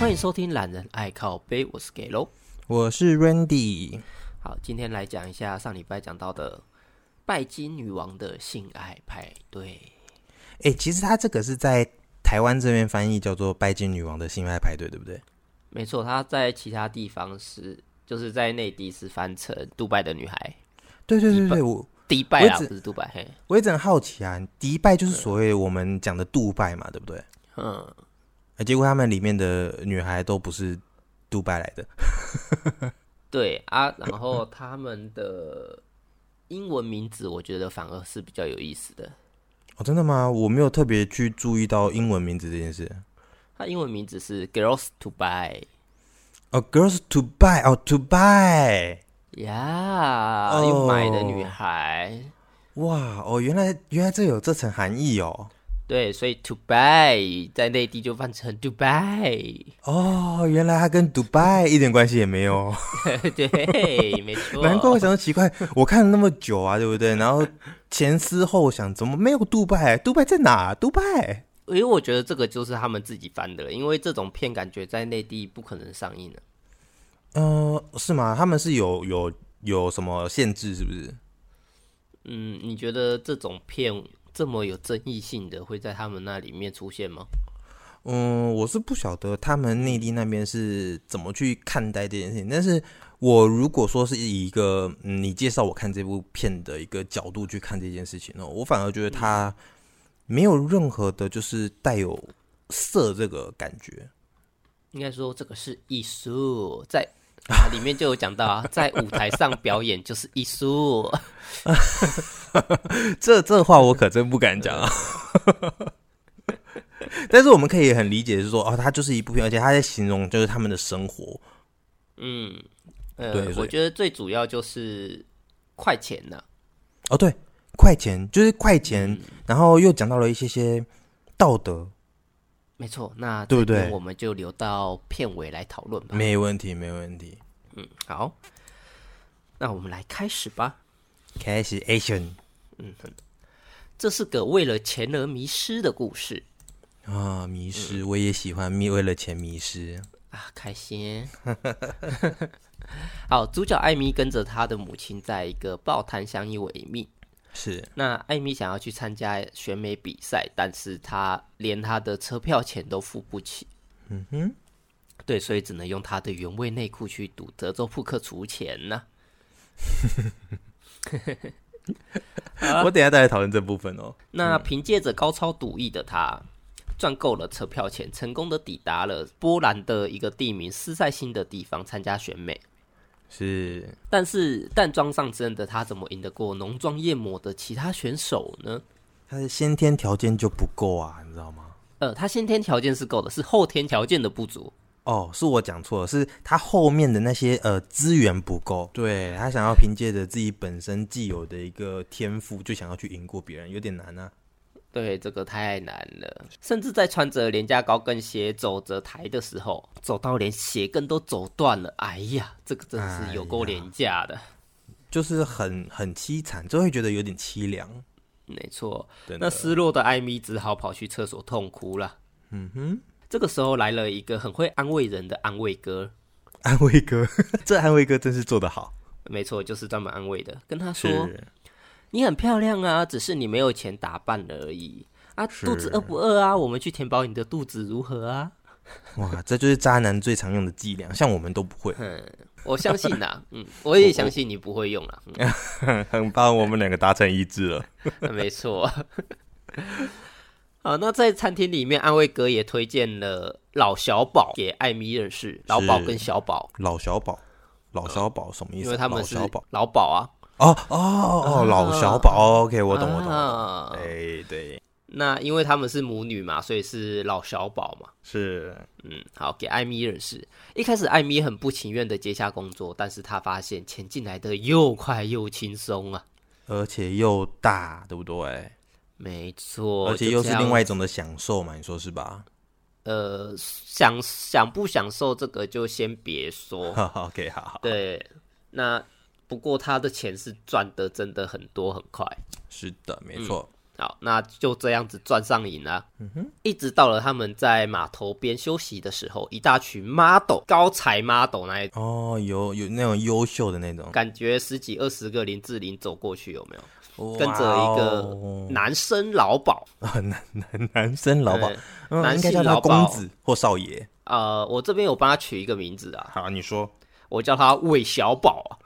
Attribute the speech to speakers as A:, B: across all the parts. A: 欢迎收听《懒人爱靠背》，我是 g a l o
B: 我是 Randy。
A: 好，今天来讲一下上礼拜讲到的拜金女王的性爱派对。
B: 哎、其实他这个是在台湾这边翻译叫做《拜金女王的性爱派对》，对不对？
A: 没错，她在其他地方是，就是在内地是翻成《杜拜的女孩
B: 对对
A: 迪
B: 对
A: 拜
B: 对，我》，
A: 迪拜啊，
B: 我一直
A: 不是杜拜，嘿，
B: 我一直很好奇啊，迪拜就是所谓我们讲的杜拜嘛，对不对？
A: 嗯，
B: 哎结果他们里面的女孩都不是杜拜来的，
A: 对啊。然后他们的英文名字，我觉得反而是比较有意思的。
B: 哦，真的吗？我没有特别去注意到英文名字这件事。
A: 它英文名字是 Girls to Buy。
B: 哦，Girls to buy，哦，to buy，
A: 呀、
B: 哦
A: 又买的女孩，
B: 哇，哦，原来原来这有这层含义哦，
A: 对，所以 to buy 在内地就翻成 Dubai，
B: 哦，原来它跟 Dubai 一点关系也没有。
A: 对，没错。
B: 难怪我想到奇怪，我看了那么久啊，对不对？然后前思后想，怎么没有杜拜？杜拜在哪？杜拜？
A: 因为我觉得这个就是他们自己翻的了，因为这种片感觉在内地不可能上映的。啊
B: 呃，是吗？他们是有有有什么限制，是不是？
A: 嗯，你觉得这种片这么有争议性的会在他们那里面出现吗？
B: 嗯，我是不晓得他们内地那边是怎么去看待这件事情，但是我如果说是以一个、嗯、你介绍我看这部片的一个角度去看这件事情哦，我反而觉得它没有任何的，就是带有色这个感觉。
A: 应该说这个是艺术，在啊里面就有讲到 啊，在舞台上表演就是艺术。
B: 这这话我可真不敢讲啊。 但是我们可以很理解，是说哦，它就是一部片，而且它在形容就是他们的生活。
A: 嗯，呃
B: 对，所以
A: 我觉得最主要就是快钱呐、
B: 哦，对，快钱就是快钱，然后又讲到了一些些道德，
A: 没错，那
B: 对不
A: 这边
B: 对
A: 我们就留到片尾来讨论吧。
B: 没问题，没问题。
A: 嗯，好，那我们来开始吧。
B: 开始 action
A: 这是个为了钱而迷失的故事
B: 啊，迷失，我也喜欢迷，为了钱迷失。
A: 啊，开 心。好，主角艾米跟着他的母亲在一个报摊相依为命。
B: 是
A: 那艾米想要去参加选美比赛，但是她连她的车票钱都付不起。嗯哼，对，所以只能用她的原味内裤去赌德州扑克除钱呢、
B: 啊我等一下再来讨论这部分哦。
A: 那凭借着高超赌艺的他，赚够了车票钱，成功的抵达了波兰的一个地名斯塞辛的地方参加选美。
B: 是
A: 但是淡妆上阵的他，怎么赢得过浓妆艳抹的其他选手呢？
B: 他的先天条件就不够啊，你知道吗？
A: 呃，他先天条件是够的，是后天条件的不足。
B: 哦，是我讲错了，是他后面的那些呃资源不够，对他想要凭借着自己本身既有的一个天赋，就想要去赢过别人，有点难啊。
A: 对，这个太难了。甚至在穿着廉价高跟鞋走着台的时候，走到连鞋跟都走断了。哎呀，这个真的是有够
B: 哎呀
A: 廉价的。
B: 就是很很凄惨，就会觉得有点凄凉。
A: 没错，
B: 真
A: 那
B: 的
A: 失落的艾米只好跑去厕所痛哭了。嗯哼，这个时候来了一个很会安慰人的安慰哥，
B: 安慰哥， 这安慰哥真是做得好。
A: 没错，就是专门安慰的，跟他说：“你很漂亮啊，只是你没有钱打扮而已啊，
B: 是
A: 肚子饿不饿啊？我们去填饱你的肚子如何 啊
B: 哇，这就是渣男最常用的伎俩，像我们都不会？”。
A: 嗯，我相信啦， 嗯，我也相信你不会用啦。嗯
B: 很棒，我们两个达成一致了。
A: 没错。好，那在餐厅里面，安慰哥也推荐了老小宝给艾米认识，老宝跟小宝。
B: 老小宝，老小宝什么意思？
A: 因为他们是
B: 老小宝。
A: 老宝啊，
B: 哦哦哦，老小宝。OK，我懂，我懂。我
A: 啊
B: 懂哎，对，
A: 那因为他们是母女嘛，所以是老小宝嘛。
B: 是
A: 嗯，好，给艾米认识。一开始艾米很不情愿的接下工作，但是她发现钱进来的又快又轻松啊。
B: 而且又大，对不对？
A: 没错，
B: 而且又是
A: 就这样
B: 另外一种的享受嘛，你说是吧
A: 呃，享享不享受这个就先别 说。
B: ？OK，好好，
A: 对，那不过他的钱是赚的真的很多很快。
B: 是的，没错。
A: 好，那就这样子赚上瘾了。嗯哼，一直到了他们在码头边休息的时候，一大群 model 高才 model 那一种，
B: 哦，有有那种优秀的那种，
A: 感觉十几二十个林志玲走过去有没有？跟
B: 哇
A: 着一
B: 哦
A: 个男生老鸨，
B: 啊男男男生老鸨
A: 对，
B: 嗯，
A: 男
B: 应该叫
A: 性
B: 他
A: 劳
B: 公
A: 保
B: 子或少爷。
A: 呃，我这边有帮他取一个名字啊，
B: 好，你说，
A: 我叫他韦小宝啊。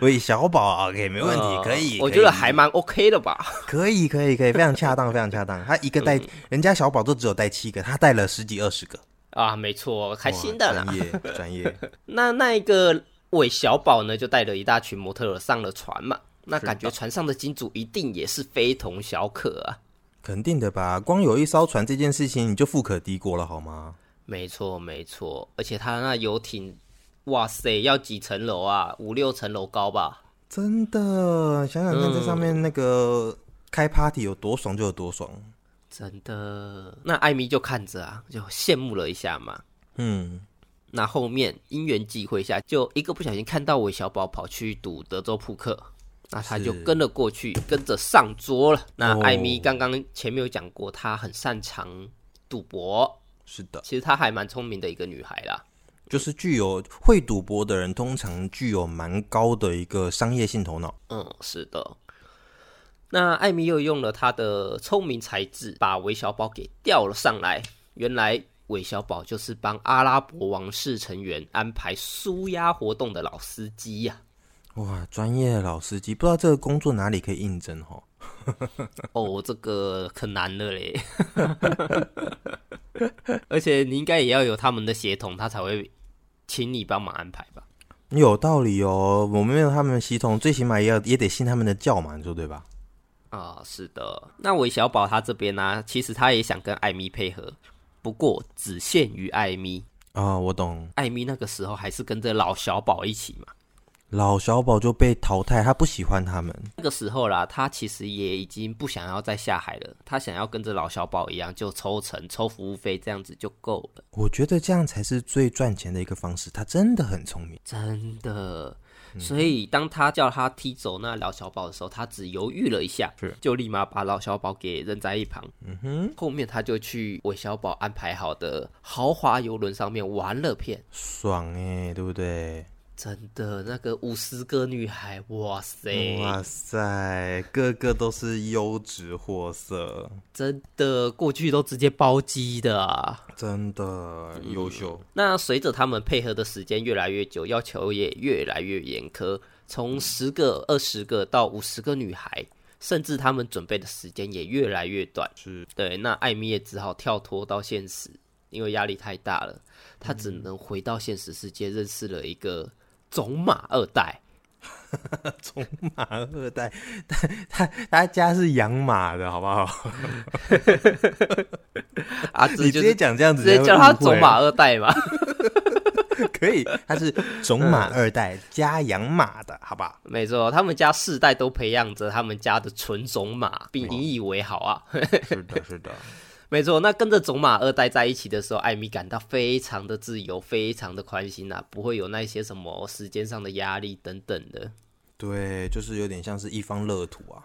B: 喂，小宝啊，OK，没问题，
A: 呃
B: 可以，
A: 我
B: 可
A: 觉得
B: 以
A: 还蛮 OK 的吧。
B: 可以，可以，可以，非常恰当，非 常恰当。他一个
A: 嗯
B: 带，人家小宝都只有带七个，他带了十几二十个，
A: 啊，没错，开心的
B: 哇
A: 啦。
B: 专业，专业。
A: 那那一个韦小宝呢，就带了一大群模特儿上了船嘛。那感觉船上的金主一定也是非同小可啊。
B: 肯定的吧？光有一艘船这件事情，你就富可敌国了，好吗？
A: 没错，没错，而且他那游艇，哇塞，要几层楼啊？五六层楼高吧？
B: 真的，想想看，在上面那个开 party 有多爽就有多爽。
A: 真的。那艾米就看着啊，就羡慕了一下嘛。
B: 嗯，
A: 那后面因缘际会下，就一个不小心看到韦小宝跑去赌德州扑克，那他就是跟了过去，跟着上桌了。那
B: 哦
A: 艾米刚刚前面有讲过，她很擅长赌博，
B: 是的，
A: 其实她还蛮聪明的一个女孩啦。
B: 就是具有会赌博的人，通常具有蛮高的一个商业性头脑。
A: 嗯，是的。那艾米又用了她的聪明才智，把韦小宝给调了上来。原来韦小宝就是帮阿拉伯王室成员安排舒压活动的老司机呀、
B: 哇，专业的老司机，不知道这个工作哪里可以应征哦。
A: 哦，这个可难了嘞， 而且你应该也要有他们的协同，他才会请你帮忙安排吧？
B: 有道理哦，我们没有他们的系统，最起码也要也得信他们的教嘛，你说对吧？
A: 啊、是的。那韦小宝他这边呢、其实他也想跟艾米配合，不过只限于艾米。
B: 啊、我懂，
A: 艾米那个时候还是跟着老小宝一起嘛。
B: 老小宝就被淘汰，他不喜欢他们。
A: 那个时候啦，他其实也已经不想要再下海了，他想要跟着老小宝一样，就抽成、抽服务费，这样子就够了。
B: 我觉得这样才是最赚钱的一个方式。他真的很聪明，
A: 真的。所以当他叫他踢走那老小宝的时候，他只犹豫了一下，
B: 是
A: 就立马把老小宝给扔在一旁。嗯哼，后面他就去韦小宝安排好的豪华游轮上面玩了片。
B: 爽哎、对不对？
A: 真的，那个五十个女孩，哇塞，
B: 哇塞，个个都是优质货色，
A: 真的过去都直接包机的啊。
B: 真的优秀。
A: 那随着他们配合的时间越来越久，要求也越来越严苛，从十个、二十个到五十个女孩，甚至他们准备的时间也越来越短。
B: 是
A: 对，那艾米也只好跳脱到现实，因为压力太大了，她只能回到现实世界，认识了一个种马二代。
B: 马二代，他他他家是养马的，好不好？
A: 啊，这
B: 你
A: 就
B: 直
A: 是
B: 接讲这样子，
A: 直接
B: 人家
A: 叫
B: 会
A: 他
B: 误会
A: 种马二代嘛。
B: 可以，他是种马二代加养马的，好 不好？
A: 没错，他们家世代都培养着他们家的纯种马，并引以为豪啊。
B: 是的，是的，
A: 没错，那跟着种马二代在一起的时候，艾米感到非常的自由，非常的宽心啊，不会有那些什么时间上的压力等等的。
B: 对，就是有点像是一方乐土啊。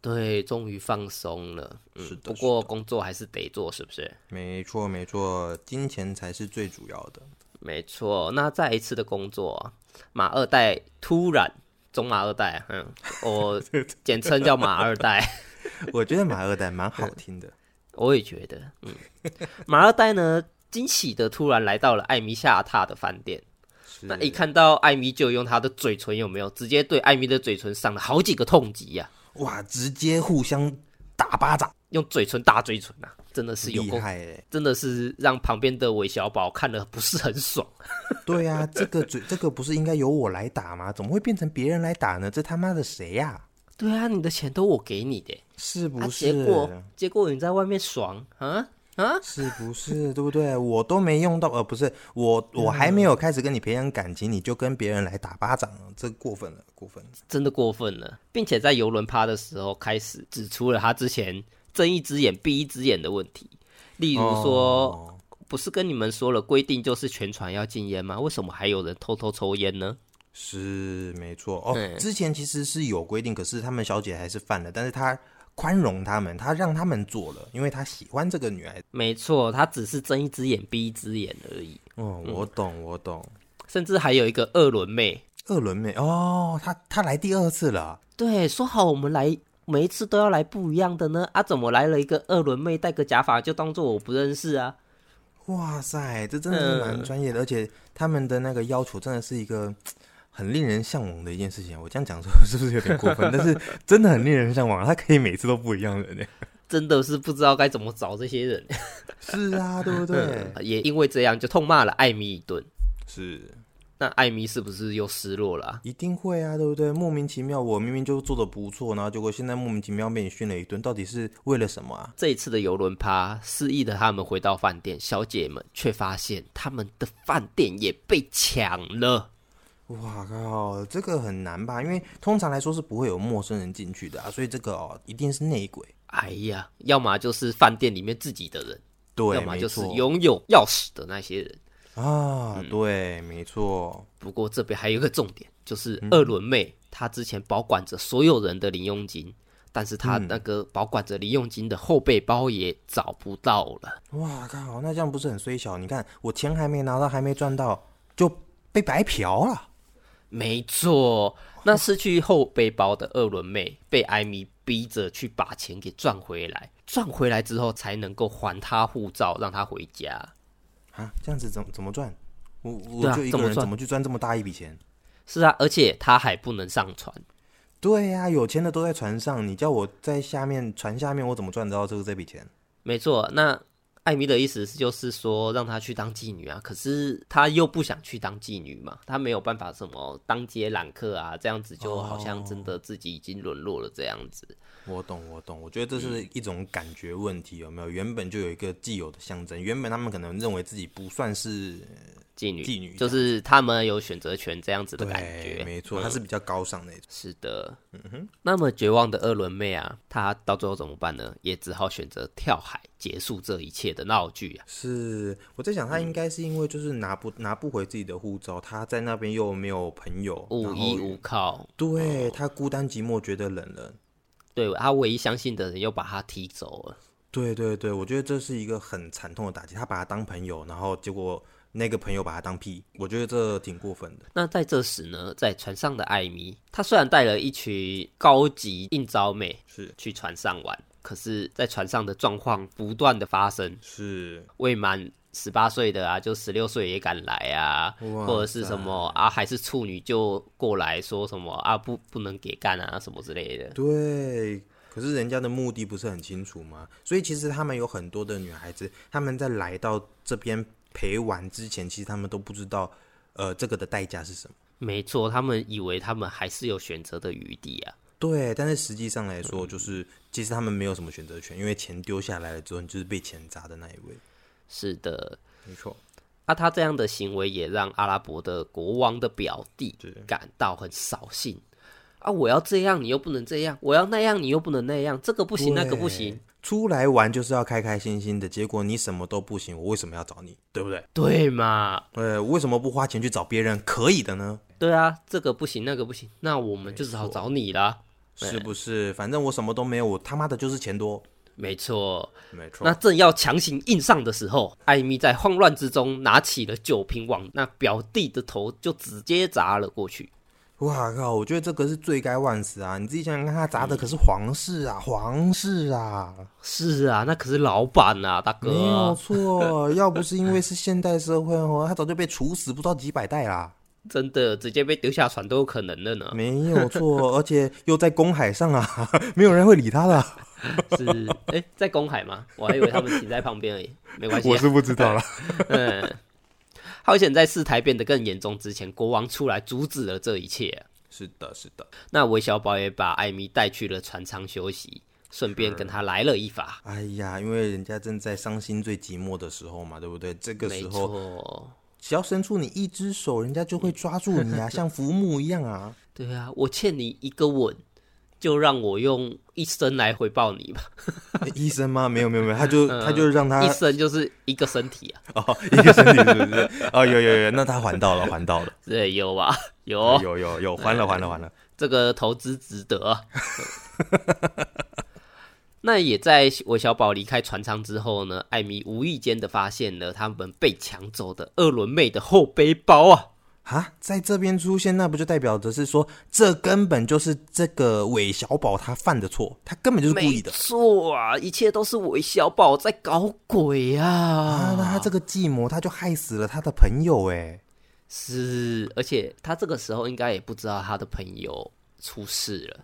A: 对，终于放松了。嗯，
B: 是的
A: 不过工作还是得做，是不是？
B: 没错，没错，金钱才是最主要的。
A: 没错。那再一次的工作啊，马二代突然，种马二代啊，嗯，我简称叫马二代。
B: 我觉得马二代蛮好听 的。
A: 我也觉得，嗯， 马二代呢，惊喜的突然来到了艾米下榻的饭店。
B: 是
A: 那一看到艾米，就用她的嘴唇有没有，直接对艾米的嘴唇上了好几个痛击呀、
B: 哇，直接互相打巴掌，
A: 用嘴唇打嘴唇啊，真的是有
B: 厉
A: 够，
B: 害哎！
A: 真的是让旁边的韦小宝看了不是很爽。
B: 对呀、这个嘴这个不是应该由我来打吗？怎么会变成别人来打呢？这他妈的谁呀、
A: 对啊，你的钱都我给你的，
B: 是
A: 啊，
B: 不是？
A: 结果结果你在外面爽啊啊！
B: 是不是？对不对？我都没用到，呃，不是我，我还没有开始跟你培养感情，你就跟别人来打巴掌了，这过分了，过分了。
A: 真的过分了，并且在游轮趴的时候开始指出了他之前睁一只眼闭一只眼的问题，例如说，
B: 哦
A: 不是跟你们说了规定就是全船要禁烟吗？为什么还有人偷偷抽烟呢？
B: 是没错哦
A: 对。
B: 之前其实是有规定，可是他们小姐还是犯了，但是她宽容他们，她让他们做了，因为她喜欢这个女孩子。
A: 没错，他只是睁一只眼闭一只眼而已，
B: 哦，我懂，我懂。
A: 甚至还有一个二轮妹，
B: 二轮妹哦，她她来第二次了，
A: 对，说好我们来每一次都要来不一样的呢，啊，怎么来了一个二轮妹，戴个假发就当做我不认识啊？
B: 哇塞，这真的是蛮专业的，而且他们的那个要求真的是一个很令人向往的一件事情。我这样讲说是不是有点过分？但是真的很令人向往，他可以每次都不一样的呢。
A: 真的是不知道该怎么找这些人，
B: 是啊，对不对？
A: 也因为这样就痛骂了艾米一顿。
B: 是，
A: 那艾米是不是又失落了啊、
B: 一定会啊，对不对？莫名其妙，我明明就做的啊不错，然后结果现在莫名其妙被你训了一顿，到底是为了什么啊？
A: 这一次的游轮趴示意的他们回到饭店，小姐们却发现他们的饭店也被抢了。
B: 哇靠，这个很难吧？因为通常来说是不会有陌生人进去的啊，所以这个哦，一定是内鬼。
A: 哎呀，要么就是饭店里面自己的人，
B: 对，
A: 要么
B: 没
A: 就是
B: 错
A: 拥有钥匙的那些人。
B: 啊，对，没错。
A: 不过这边还有一个重点，就是
B: 嗯
A: 二轮妹，她之前保管着所有人的零用金，但是
B: 嗯
A: 她那个保管着零用金的后背包也找不到了。
B: 哇靠，那这样不是很衰小？你看我钱还没拿到，还没赚到，就被白嫖了。
A: 没错，那失去后背包的二轮妹被艾米逼着去把钱给赚回来，赚回来之后才能够还她护照，让她回家。
B: 啊，这样子怎么怎么赚？我
A: 对
B: 我
A: 啊
B: 就一
A: 怎么
B: 个人
A: 赚
B: 怎么去赚这么大一笔钱？
A: 是啊，而且她还不能上船。
B: 对呀、有钱的都在船上，你叫我在下面船下面，我怎么赚得到这个这笔钱？
A: 没错，那艾米的意思是就是说让她去当妓女啊，可是她又不想去当妓女嘛，她没有办法什么当街揽客啊，这样子就好像真的自己已经沦落了这样子。
B: 我懂，我懂，我觉得这是一种感觉问题，有没有？原本就有一个既有的象征，原本他们可能认为自己不算是
A: 妓女，
B: 妓女
A: 就是他们有选择权这样子的感
B: 对，
A: 觉。
B: 没错，啊他是比较高尚的一种。
A: 是的，那么绝望的二轮妹啊，她到最后怎么办呢？也只好选择跳海结束这一切的闹剧啊。
B: 是我在想，他应该是因为就是拿不拿不回自己的护照，他在那边又没有朋友，
A: 无
B: 然后
A: 依无靠，
B: 对他孤单寂寞，觉得冷了。
A: 对她唯一相信的人又把她踢走了。
B: 对对对，我觉得这是一个很惨痛的打击。他把他当朋友，然后结果那个朋友把他当屁，我觉得这挺过分的。
A: 那在这时呢，在船上的艾米，她虽然带了一群高级应招妹
B: 是
A: 去船上玩，可是，在船上的状况不断的发生，
B: 是，
A: 未满十八岁的啊，就十六岁也敢来啊，
B: 哇
A: 或者是什么啊，还是处女就过来说什么啊，不不能给干啊，什么之类的。
B: 对。可是人家的目的不是很清楚吗？所以其实他们有很多的女孩子，他们在来到这边陪玩之前，其实他们都不知道，呃，这个的代价是什么。
A: 没错，他们以为他们还是有选择的余地啊。
B: 对，但是实际上来说，
A: 嗯
B: 就是其实他们没有什么选择权，因为钱丢下来了之后，你就是被钱砸的那一位。
A: 是的，
B: 没错，
A: 啊，他这样的行为也让阿拉伯的国王的表弟感到很扫兴。啊！我要这样，你又不能这样；我要那样，你又不能那样。这个不行，那个不行。。
B: 出来玩就是要开开心心的，结果你什么都不行，我为什么要找你？对不对？
A: 对嘛？
B: 呃，为什么不花钱去找别人可以的呢？
A: 对啊，这个不行，那个不行。那我们就只好找你啦。
B: 是不是？反正我什么都没有，我他妈的就是钱多。
A: 没错，
B: 没错
A: 那，正要强行硬上的时候，艾米在慌乱之中拿起了酒瓶，往那表弟的头就直接砸了过去。
B: 哇靠！我觉得这个是罪该万死啊！你自己想想看，他砸
A: 嗯
B: 的可是皇室啊，皇室啊。
A: 是啊，那可是老板啊，大
B: 没有
A: 哥，
B: 错，要不是因为是现代社会哦，他早就被处死不知道几百代啦。
A: 真的直接被丢下船都有可能的呢。
B: 没有错，而且又在公海上啊， 没有人会理他的。
A: 是， 哎、在公海吗？我还以为他们停在旁边 而已，没关系、啊。
B: 不 知道啦。
A: 嗯，好险，在事态变得更严重之前，国王出来阻止了这一切啊、
B: 是的，是的。
A: 那韦小宝也把艾米带去了船舱休息，顺便跟他来了一发。
B: 哎呀，因为人家正在伤心最寂寞的时候嘛，对不对？这个
A: 没
B: 时候
A: 错。
B: 只要伸出你一 只手，人家就会抓住你啊，像浮木一样啊。
A: 对啊，我欠你一个吻，就让我用一生来回报你吧。
B: 诶医生吗？没有没有没有，他就他就让他
A: 一嗯生就是一个身体 啊，
B: 哦一个身体是不是？哦有有有，那他还到了还到了，
A: 对，有吧？有、哦
B: 哎有有有还了还了还了，
A: 这个投资值得 啊。那也在韦小宝离开船舱之后呢，艾米无意间的发现了他们被抢走的二轮妹的后背包啊。
B: 啊，在这边出现，那不就代表着是说，这根本就是这个韦小宝他犯的错，他根本就是故意的
A: 没错啊，一切都是韦小宝在搞鬼
B: 啊！那
A: 啊！
B: 他这个计谋，他就害死了他的朋友哎。
A: 是，而且他这个时候应该也不知道他的朋友出事了。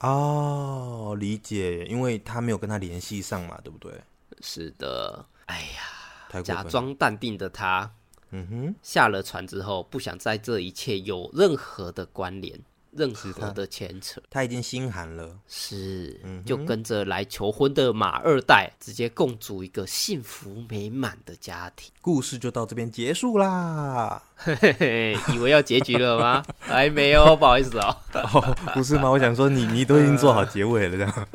B: 哦，理解，因为他没有跟他联系上嘛，对不对？
A: 是的，哎呀，
B: 太过
A: 假
B: 分。
A: 装淡定的他
B: 嗯哼，
A: 下了船之后，不想在这一切有任何的关联、任何的牵扯，
B: 他已经心寒了。
A: 是就跟着来求婚的马二代直接共组一个幸福美满的家庭。
B: 故事就到这边结束啦。
A: 嘿嘿，以为要结局了吗？还没有，不好意思哦。
B: 哦，不是吗？我想说你，你都已经做好结尾了，这样。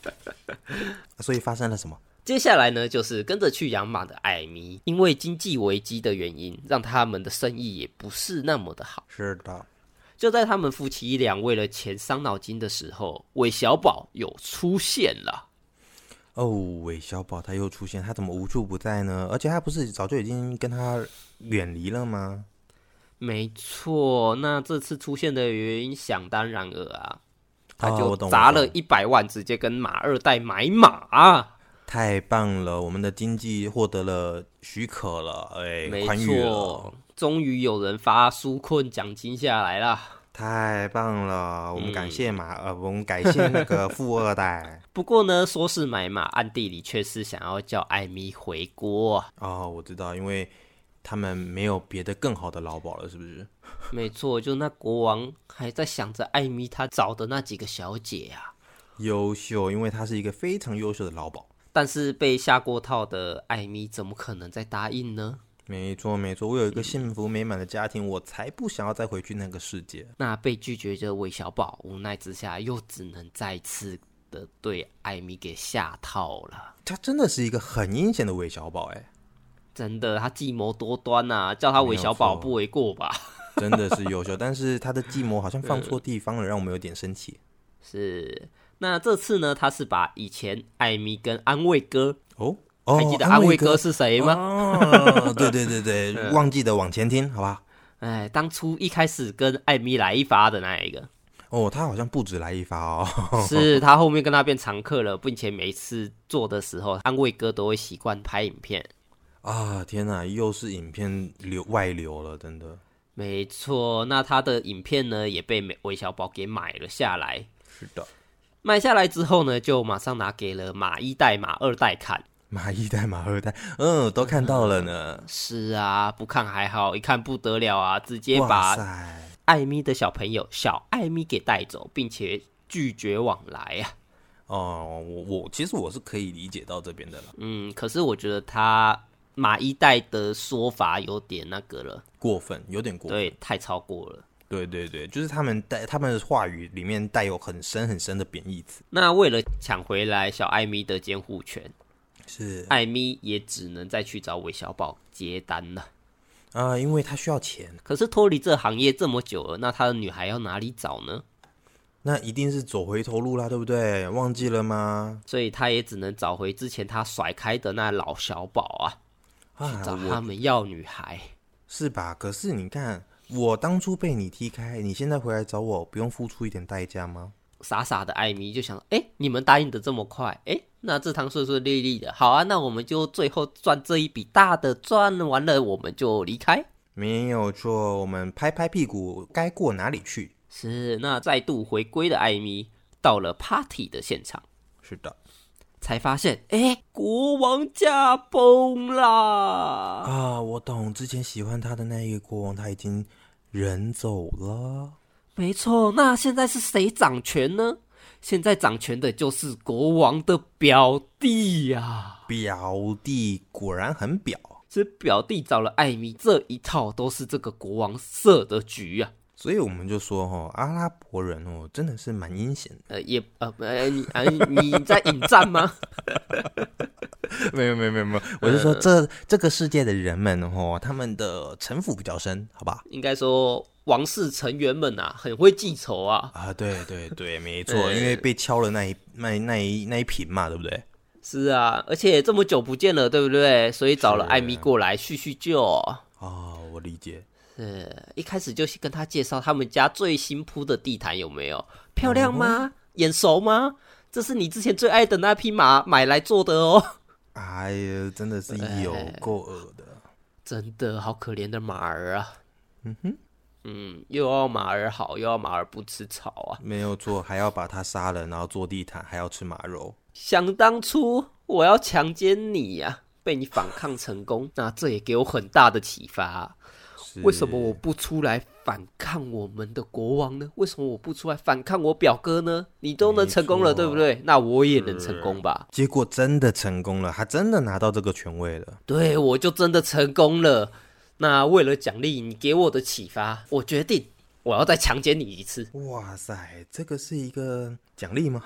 B: 所以发生了什么？
A: 接下来呢，就是跟着去养马的艾米，因为经济危机的原因，让他们的生意也不是那么的好。
B: 是的，
A: 就在他们夫妻俩为了钱伤脑筋的时候，韦小宝有出现了。
B: 哦，韦小宝他又出现，他怎么无处不在呢？而且他不是早就已经跟他远离了吗？
A: 没错，那这次出现的原因想当然尔啊，他
B: 啊
A: 就
B: 我懂我
A: 砸了
B: 懂
A: 一百万，直接跟马二代买马。啊
B: 太棒了，我们的经济获得了许可了，哎、
A: 没
B: 宽裕哦了，
A: 错，终于有人发纾困奖金下来啦。
B: 太棒了，我们
A: 嗯
B: 感谢马，呃，我们感谢那个富二代。
A: 不过呢，说是买马，暗地里却是想要叫艾米回国啊。
B: 哦，我知道，因为他们没有别的更好的劳保了，是不是？
A: 没错，就那国王还在想着艾米他找的那几个小姐啊，
B: 优秀，因为他是一个非常优秀的劳保。
A: 但是被下过套的艾米怎么可能再答应呢？
B: 没错，没错，我有一
A: 嗯
B: 个幸福美满的家庭，我才不想要再回去那个世界。
A: 那被拒绝的韦小宝无奈之下，又只能再次的对艾米给下套了。
B: 他真的是一个很阴险的韦小宝，哎，
A: 真的，他计谋多端呐、啊，叫他韦小
B: 没
A: 宝
B: 有错
A: 不为过吧？
B: 真的是优秀，但是他的计谋好像放错地方了，让我们有点生气。
A: 是。那这次呢，他是把以前艾米跟安慰哥，
B: 哦哦，
A: 还记得
B: 安
A: 安慰
B: 哥
A: 哥是谁吗？
B: 哦，对对对 对，忘记的往前听，好吧？
A: 哎，当初一开始跟艾米来一发的那一个，
B: 哦，他好像不止来一发哦。
A: 是他后面跟他变常客了，并且每次做的时候，安慰哥都会习惯拍影片。
B: 啊，天哪，又是影片流外流了，真的
A: 没错，那他的影片呢也被美韦小宝给买了下来。
B: 是的。
A: 买下来之后呢，就马上拿给了马一代、马二代看。
B: 马一代、马二代，嗯，都看到 了呢。
A: 是啊，不看还好，一看不得了啊，直接
B: 哇
A: 把
B: 塞，
A: 艾米的小朋友小艾米给带走，并且拒绝往来啊。
B: 哦，我我其实我是可以理解到这边的了。
A: 嗯，可是我觉得他马一代的说法有点那个了，
B: 过分，有点过分。
A: 对，太超过了。
B: 对对对，就是他们带他们的话语里面带有很深很深的贬义词。
A: 那为了抢回来小艾米的监护权，
B: 是
A: 艾米也只能再去找韦小宝接单了。
B: 啊、因为他需要钱，
A: 可是脱离这行业这么久了，那他的女孩要哪里找呢？
B: 那一定是走回头路啦，对不对？忘记了吗？
A: 所以他也只能找回之前他甩开的那老小宝啊，
B: 啊，
A: 找
B: 我
A: 他们要女孩。
B: 是吧？可是你看，我当初被你踢开，你现在回来找我，不用付出一点代价吗？
A: 傻傻的艾米就想，哎、你们答应的这么快，哎、那这趟顺顺利利的，好啊，那我们就最后赚这一笔大的，赚完了我们就离开。
B: 没有错，我们拍拍屁股，该过哪里去？
A: 是，那再度回归的艾米到了 party 的现场，
B: 是的
A: 才发现，哎、国王驾崩啦！
B: 啊，我懂，之前喜欢他的那一个国王，他已经人走了。
A: 没错，那现在是谁掌权呢？现在掌权的就是国王的表弟呀、
B: 表弟果然很表，
A: 是表弟找了艾米，这一套都是这个国王设的局啊。
B: 所以我们就说哦，阿拉伯人哦，真的是蛮阴险的。
A: 呃，也呃，不呃，你啊，你你在引战吗？
B: 没有没有没有没有， 呃我是说这这个世界的人们哦，他们的城府比较深，好吧？
A: 应该说王室成员们啊，很会记仇啊。
B: 啊，对对对， 没错，因为被敲了那一那一那一那一瓶嘛，对不对？
A: 是啊，而且这么久不见了，对不对？所以找了艾米过来叙叙旧。
B: 哦，我理解。
A: 是呃一开始就是跟他介绍他们家最新铺的地毯有没有漂亮吗？眼熟吗？这是你之前最爱的那匹马买来做的哦。
B: 哎呀，真的是有够恶的。
A: 真的好可怜的马儿啊！
B: 嗯哼，
A: 嗯，又要马儿好，又要马儿不吃草啊！
B: 没有错，还要把它杀了，然后做地毯，还要吃马肉。
A: 想当初我要强奸你呀、被你反抗成功，那这也给我很大的启发啊、
B: 是
A: 为什么我不出来反抗我们的国王呢？为什么我不出来反抗我表哥呢？你都能成功了，
B: 没错
A: 对不对？那我也能成功吧？
B: 结果真的成功了，他真的拿到这个权位了。
A: 对，我就真的成功了。那为了奖励你给我的启发，我决定我要再强奸你一次。
B: 哇塞，这个是一个奖励吗？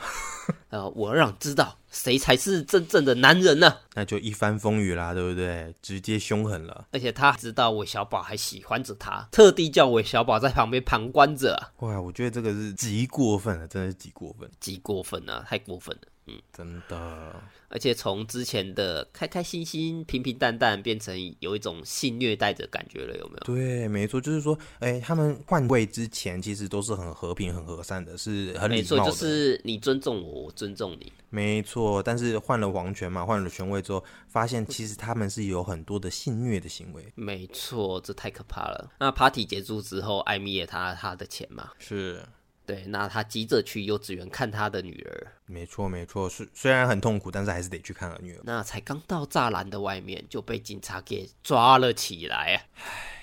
A: 呃，我要让你知道谁才是真正的男人呢、
B: 那就一帆风雨啦，对不对？直接凶狠了。
A: 而且他知道韦小宝还喜欢着他，特地叫韦小宝在旁边旁观着啊，
B: 哇，我觉得这个是极过分了，真的是极过分，
A: 极过分啊，太过分了。嗯，
B: 真的。
A: 而且从之前的开开心心、平平淡淡，变成有一种性虐待的感觉了，有没有？
B: 对，没错，就是说，哎，他们换位之前其实都是很和平、很和善的，是很
A: 没
B: 礼
A: 错，
B: 貌的。
A: 哎就是你尊重我，我尊重你。
B: 没错，但是换了皇权嘛，换了权位之后，发现其实他们是有很多的性虐的行为。
A: 没错，这太可怕了。那 party 结束之后，艾米也拿了他的钱嘛，
B: 是，
A: 对，那他急着去幼稚园看他的女儿。
B: 没错，没错，是虽然很痛苦，但是还是得去看儿女儿。
A: 那才刚到栅栏的外面就被警察给抓了起来啊！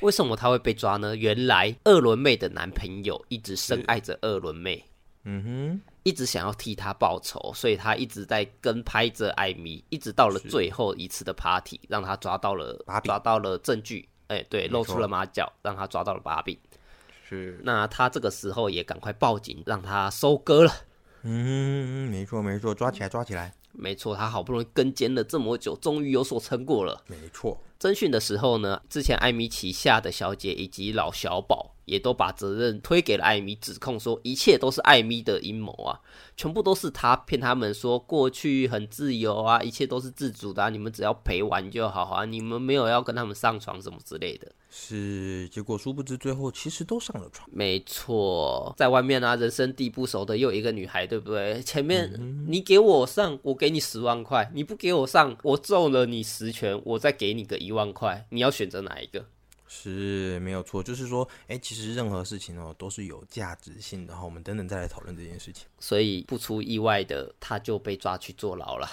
A: 为什么他会被抓呢？原来二轮妹的男朋友一直深爱着二轮妹，
B: 嗯
A: 一直想要替她报仇，所以他一直在跟拍着艾米，一直到了最后一次的 party，让他抓到了
B: 把柄
A: 抓到了证据，哎、对，露
B: 错
A: 出了马脚，让他抓到了把柄。
B: 哼，是，
A: 那他这个时候也赶快报警，让他收割了。
B: 嗯，没错，没错，抓起来，抓起来，
A: 没错，他好不容易跟监了这么久，终于有所成果了。
B: 没错，
A: 侦讯的时候呢，之前艾米旗下的小姐以及老小宝也都把责任推给了艾米，指控说一切都是艾米的阴谋啊，全部都是他骗他们说过去很自由啊，一切都是自主的、啊，你们只要陪玩就好啊，你们没有要跟他们上床什么之类的。
B: 是。结果殊不知，最后其实都上了床。
A: 没错，在外面啊，人生地不熟的又有一个女孩，对不对？前面你给我上，我给你十万块；你不给我上，我揍了你十拳，我再给你个一万块。你要选择哪一个？
B: 是没有错，就是说，哎，其实任何事情哦都是有价值性的，然后我们等等再来讨论这件事情。
A: 所以不出意外的，他就被抓去坐牢了。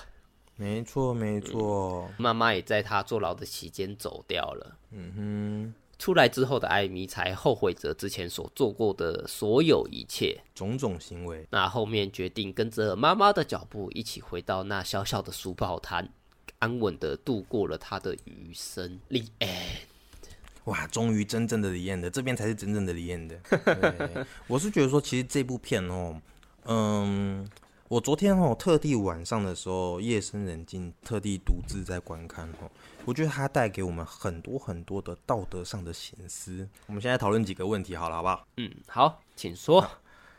B: 没错，没错，
A: 妈妈也在他坐牢的期间走掉了。
B: 嗯
A: 出来之后的艾米才后悔着之前所做过的所有一切
B: 哼，，种种行为，
A: 那后面决定跟着妈妈的脚步，一起回到那小小的书报摊，安稳的度过了他的余生。李哎，
B: 哇，终于真正的李艳的，这边才是真正的李艳的。对我是觉得说，其实这部片哦，嗯，我昨天哦特地晚上的时候，夜深人静，特地独自在观看哦，我觉得它带给我们很多很多的道德上的醒思。我们现在讨论几个问题好了，好不好？
A: 嗯，好，请说，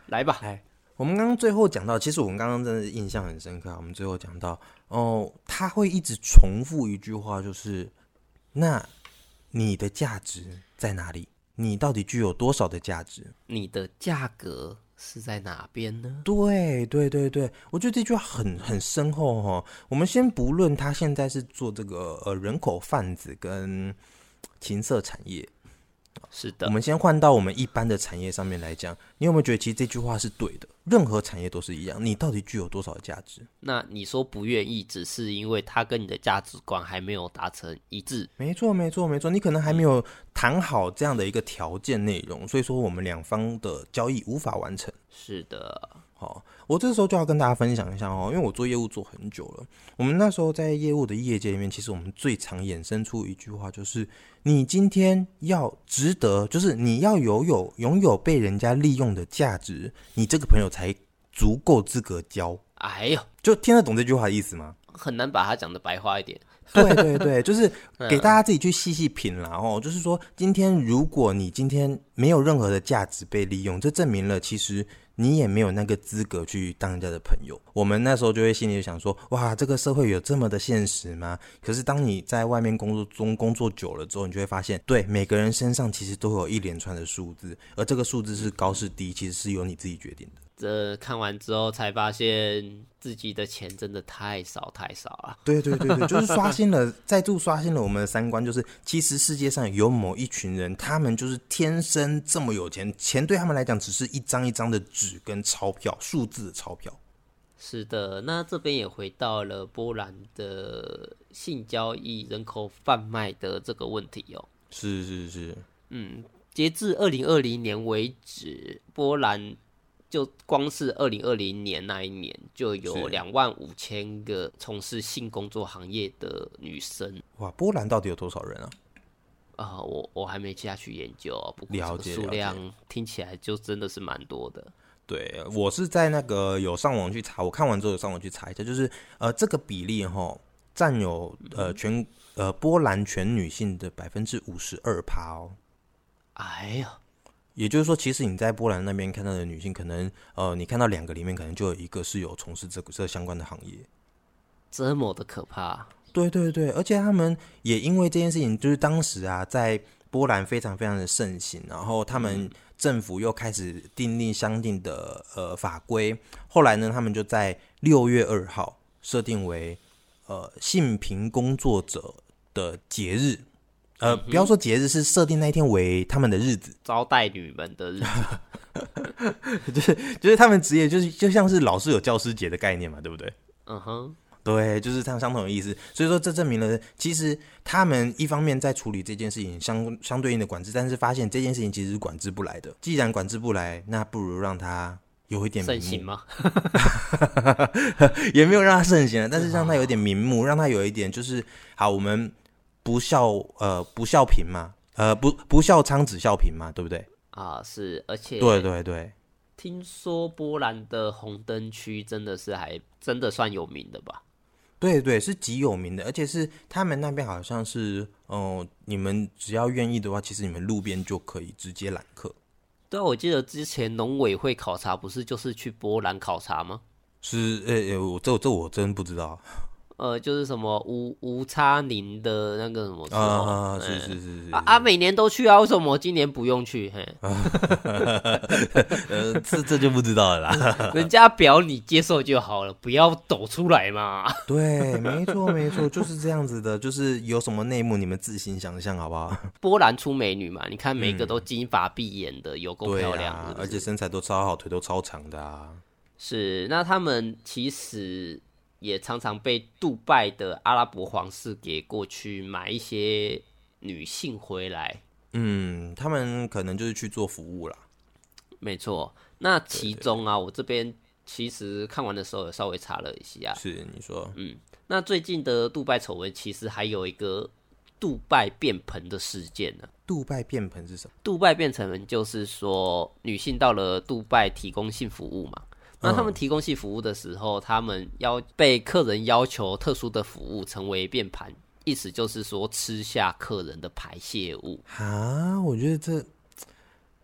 A: 来吧。
B: 哎，我们刚刚最后讲到，其实我们刚刚真的印象很深刻啊。我们最后讲到，哦，他会一直重复一句话，就是那你的价值在哪里？你到底具有多少的价值？
A: 你的价格是在哪边呢？
B: 对对对对，我觉得这句话很很深厚哈、哦。我们先不论他现在是做这个呃人口贩子跟情色产业，
A: 是
B: 我
A: 的，
B: 们先换到我们一般的产业上面来讲，你有没有觉得其实这句话是对的？任何产业都是一样，你到底具有多少的价值？
A: 那你说不愿意，只是因为他跟你的价值观还没有达成一致。
B: 没错，没错，没错。你可能还没有谈好这样的一个条件内容，所以说我们两方的交易无法完成。
A: 是的，
B: 好，我这时候就要跟大家分享一下哦，因为我做业务做很久了。我们那时候在业务的业界里面，其实我们最常衍生出一句话，就是你今天要值得，就是你要有有拥有被人家利用的价值，你这个朋友才足够资格交。
A: 哎呦，
B: 就听得懂这句话的意思吗？
A: 很难把它讲的白话一点。
B: 对对对，就是给大家自己去细细品啦哦。就是说，今天如果你今天没有任何的价值被利用，这证明了其实你也没有那个资格去当人家的朋友。我们那时候就会心里就想说，哇，这个社会有这么的现实吗？可是当你在外面工作中工作久了之后，你就会发现，对每个人身上其实都有一连串的数字，而这个数字是高是低，其实是由你自己决定的。
A: 这看完之后才发现自己的钱真的太少太少了。
B: 对对对对，就是刷新了，再度刷新了我们的三观。就是其实世界上有某一群人，他们就是天生这么有钱，钱对他们来讲只是一张一张的纸跟钞票，数字的钞票。
A: 是的，那这边也回到了波兰的性交易、人口贩卖的这个问题哦。
B: 是是是，
A: 嗯，截至二零二零年为止，波兰就光是二零二零年那一年，就有
B: 是
A: 两万五千个从事性工作行业的女生
B: 哇，波兰到底有多少人啊？
A: 啊、我我还没下去研究、哦，不过
B: 了
A: 这个
B: 解
A: 数
B: 了解
A: 量听起来就真的是蛮多的。
B: 对我是在那个有上网去查，我看完之后有上网去查一下，就是呃这个比例哈，占有呃全呃波兰全女性的百分之五十二趴哦。
A: 哎呀，
B: 也就是说，其实你在波兰那边看到的女性，可能呃，你看到两个里面，可能就有一个是有从事这个这相关的行业。
A: 这么的可怕，
B: 对对对，而且他们也因为这件事情，就是当时啊，在波兰非常非常的盛行，然后他们政府又开始订立相应的呃法规。后来呢，他们就在六月二号设定为呃性平工作者的节日。呃，不要说节日，是设定那一天为他们的日子。
A: 招待女们的 日子
B: 就是他们职业就是就像是老师有教师节的概念嘛，对不对？
A: 嗯哼，
B: 对，就是相相同的意思。所以说，这证明了其实他们一方面在处理这件事情相相对应的管制，但是发现这件事情其实是管制不来的。既然管制不来，那不如让它有一点
A: 盛
B: 名目
A: 行吗？
B: 也没有让它盛行啊了，但是让它有点名目，让它有一点就是好，我们不孝呃不孝贫嘛，呃不不孝娼只孝贫嘛，对不对？
A: 啊，是，而且
B: 对对对。
A: 听说波兰的红灯区真的是还真的算有名的吧？
B: 对对，是极有名的，而且是他们那边好像是，哦、你们只要愿意的话，其实你们路边就可以直接揽客。
A: 对啊，我记得之前农委会考察不是就是去波兰考察吗？
B: 是，呃、呃我这这我真不知道啊
A: 呃，就是什么无无差零的那个什么时候
B: 啊、是是是是，
A: 啊啊，每年都去啊，为什么今年不用去？嘿，
B: 呃，这这就不知道了啦。
A: 人家表你接受就好了，不要抖出来嘛。
B: 对，没错没错，就是这样子的，就是有什么内幕你们自行想象，好不好？
A: 波兰出美女嘛，你看每个都金发碧眼的，有够
B: 嗯对
A: 漂亮，
B: 啊
A: 是，不
B: 而
A: 是
B: 且身材都超好，腿都超长的啊。
A: 是，那他们其实也常常被杜拜的阿拉伯皇室给过去买一些女性回来。
B: 嗯，他们可能就是去做服务啦。
A: 没错，那其中啊，我这边其实看完的时候有稍微查了一下，
B: 是你说，
A: 那最近的杜拜丑闻其实还有一个杜拜变盆的事件呢、
B: 杜拜变盆是什么？
A: 杜拜变成就是说，女性到了杜拜提供性服务嘛。那他们提供性服务的时候，他们要被客人要求特殊的服务，成为变盘，意思就是说吃下客人的排泄物。
B: 啊，我觉得这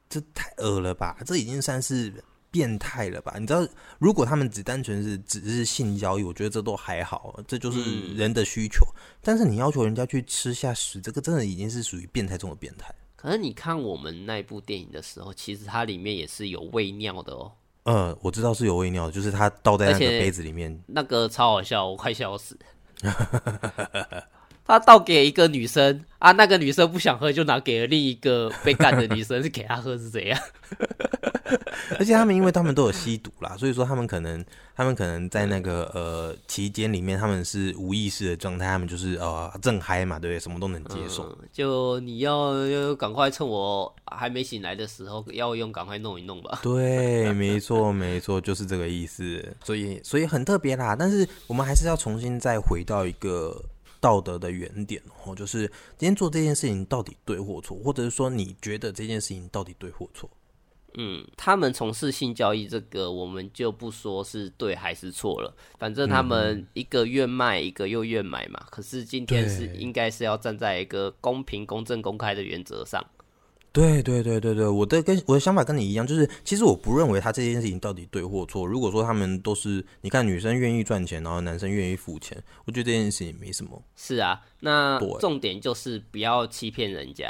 B: 这太恶了吧，这已经算是变态了吧？你知道，如果他们只单纯是只是性交易，我觉得这都还好，这就是
A: 嗯
B: 人的需求。但是你要求人家去吃下屎，这个真的已经是属于变态中的变态。
A: 可是你看我们那部电影的时候，其实它里面也是有喂尿的哦，
B: 呃，我知道是有喂尿的，就是他倒在那
A: 而
B: 个
A: 且
B: 杯子里面。
A: 那个超好笑，我快笑死。 他倒给一个女生啊，那个女生不想喝，就拿给了另一个被干的女生，是给她喝是怎样？
B: 而且他们因为他们都有吸毒啦，所以说他们可能他们可能在那个呃期间里面，他们是无意识的状态，他们就是呃正嗨嘛，对不对？什么都能接受。
A: 嗯，就你要要赶快趁我还没醒来的时候，要用赶快弄一弄 吧。
B: 对，没错，没错，就是这个意思。所以，所以很特别啦。但是我们还是要重新再回到一个道德的原点哦，就是今天做这件事情到底对或错，或者是说你觉得这件事情到底对或错？
A: 嗯，他们从事性交易这个，我们就不说是对还是错了，反正他们一个愿卖，一个又愿买嘛。可是今天是
B: 对
A: 应该是要站在一个公平、公正、公开的原则上。
B: 对对对对对，我的跟我的想法跟你一样，就是其实我不认为他这件事情到底对或错。如果说他们都是，你看女生愿意赚钱，然后男生愿意付钱，我觉得这件事情没什么。
A: 是啊，那
B: 对
A: 重点就是不要欺骗人家。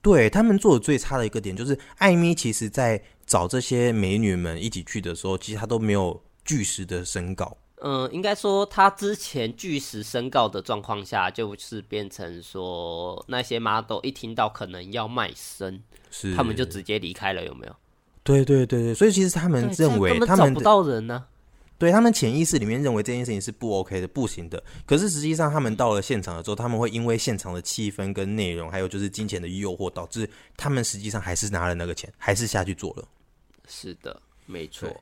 B: 对他们做的最差的一个点就是，艾米其实在找这些美女们一起去的时候，其实她都没有据实的申告。
A: 嗯，应该说他之前据实申告的状况下，就是变成说那些 model 一听到可能要卖身，
B: 是
A: 他们就直接离开了，有没有？
B: 对对对对，所以其实他们
A: 对这样
B: 认为
A: 根本
B: 他
A: 找
B: 们
A: 不
B: 的
A: 到人啊呢、
B: 对他们潜意识里面认为这件事情是不 OK 的、不行的。可是实际上，他们到了现场了之后，他们会因为现场的气氛跟内容，还有就是金钱的诱惑，导致他们实际上还是拿了那个钱，还是下去做了。
A: 是的，没错
B: 对。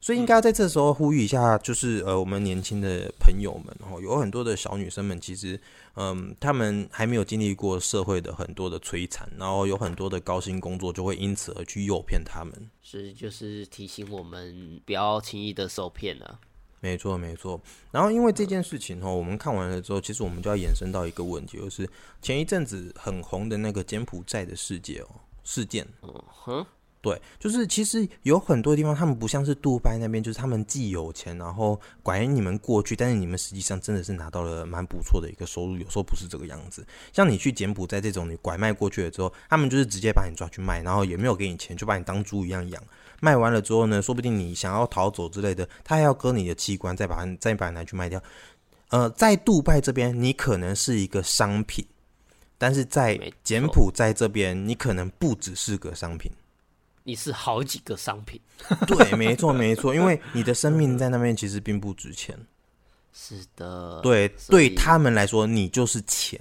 B: 所以应该要在这时候呼吁一下，就是呃，我们年轻的朋友们，然后有很多的小女生们，其实嗯，她们还没有经历过社会的很多的摧残，然后有很多的高薪工作就会因此而去诱骗她们。
A: 是就是提醒我们不要轻易的受骗啊了。
B: 没错，没错。然后因为这件事情哦，我们看完了之后，其实我们就要延伸到一个问题，就是前一阵子很红的那个柬埔寨的世界哦事件。
A: 嗯哼，
B: 对，就是其实有很多地方，他们不像是杜拜那边，就是他们既有钱，然后拐你们过去，但是你们实际上真的是拿到了蛮不错的一个收入，有时候不是这个样子。像你去柬埔寨这种，你拐卖过去了之后，他们就是直接把你抓去卖，然后也没有给你钱，就把你当猪一样养。卖完了之后呢，说不定你想要逃走之类的，他还要割你的器官，再把再把你拿去卖掉。呃，在杜拜这边，你可能是一个商品，但是在
A: 没错
B: 柬埔寨这边，你可能不只是个商品。
A: 你是好几个商品。
B: 对，没错没错，因为你的生命在那边其实并不值钱。
A: 是的，，
B: 对，
A: 所以
B: 对他们来说，你就是钱。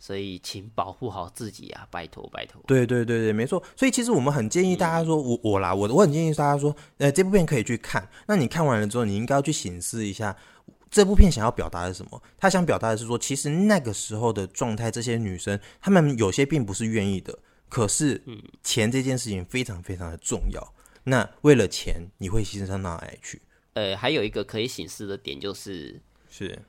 A: 所以请保护好自己啊，拜托拜托。
B: 对对对对，没错。所以其实我们很建议大家说，嗯我我啦，我我很建议大家说，呃，这部片可以去看。那你看完了之后，你应该要去审视一下这部片想要表达的是什么。他想表达的是说，其实那个时候的状态，这些女生她们有些并不是愿意的，可是钱这件事情非常非常的重要。那为了钱，你会牺牲到哪里去？
A: 呃，还有一个可以醒示的点就是
B: 是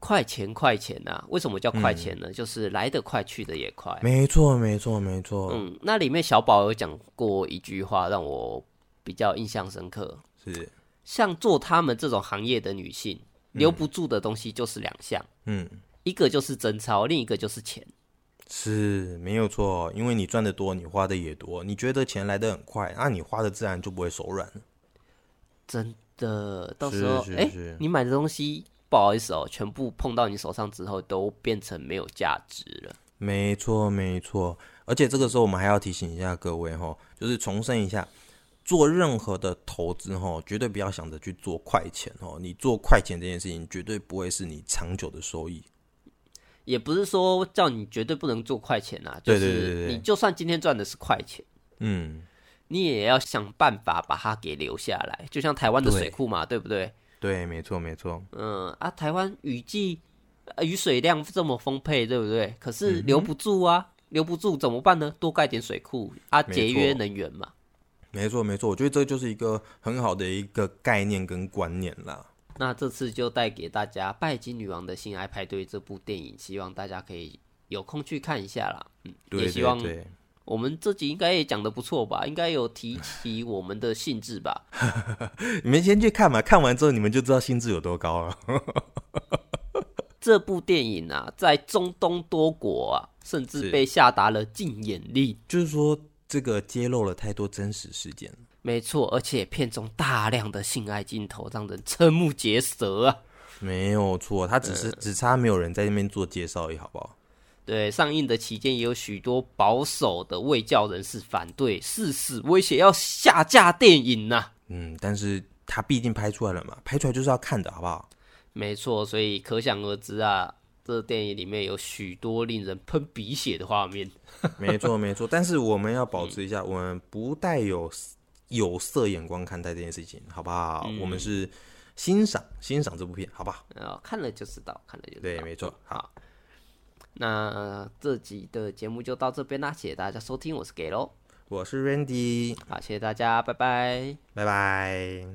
A: 快钱快钱呐、为什么叫快钱呢？就是来得快，去得也快。
B: 嗯没错，没错，没错。
A: 嗯，那里面小宝有讲过一句话让我比较印象深刻，
B: 是，
A: 像做他们这种行业的女性，留不住的东西就是两项，
B: 嗯，
A: 一个就是贞操，另一个就是钱。
B: 是没有错，哦因为你赚的多，你花的也多，你觉得钱来的很快，那、你花的自然就不会手软了。
A: 真的，到
B: 是
A: 时候
B: 是
A: 哎、
B: 是
A: 你买的东西不好意思哦，全部碰到你手上之后都变成没有价值了。
B: 没错，没错。而且这个时候，我们还要提醒一下各位哈，就是重申一下，做任何的投资哈，绝对不要想着去做快钱哦。你做快钱这件事情，绝对不会是你长久的收益。
A: 也不是说叫你绝对不能做快钱啊，就
B: 对对对对
A: 是
B: 对
A: 你就算今天赚的是快钱，
B: 嗯，
A: 你也要想办法把它给留下来。就像台湾的
B: 对
A: 水库嘛，对不对？
B: 对，没错，没错。
A: 嗯啊，台湾雨季、呃雨水量这么丰沛，对不对？可是留不住啊，留不住怎么办呢？多盖点水库啊，
B: 没
A: 节约
B: 错
A: 能源嘛。
B: 没错，没错，我觉得这就是一个很好的一个概念跟观念啦。
A: 那这次就带给大家《拜金女王的性爱派对》这部电影，希望大家可以有空去看一下啦。嗯，
B: 对
A: 也希
B: 对
A: 望
B: 对，
A: 我们这集应该也讲的不错吧，应该有提起我们的兴致吧。
B: 你们先去看嘛，看完之后你们就知道薪资有多高了。
A: 这部电影啊，在中东多国啊，甚至
B: 是
A: 被下达了禁演令。
B: 就是说，这个揭露了太多真实事件。
A: 没错，而且片中大量的性爱镜头让人瞠目结舌啊！
B: 没有错，他只是、只差没有人在那边做介绍而已，好不好？
A: 对，上映的期间也有许多保守的卫教人士反对，誓死威胁要下架电影啊呐、
B: 嗯，但是他毕竟拍出来了嘛，拍出来就是要看的，好不好？
A: 没错，所以可想而知啊，这电影里面有许多令人喷鼻血的画面。
B: 没错，没错。但是我们要保持一下，我们不带有有色眼光看待这件事情，好不好？我们是欣赏欣赏这部片，好不好？
A: 啊，看了就知道，看了就知道。
B: 对，没错。好，
A: 那、呃这集的节目就到这边啦，谢谢大家收听，我是给喽，
B: 我是 Randy，
A: 好，谢谢大家，拜拜。
B: 拜拜。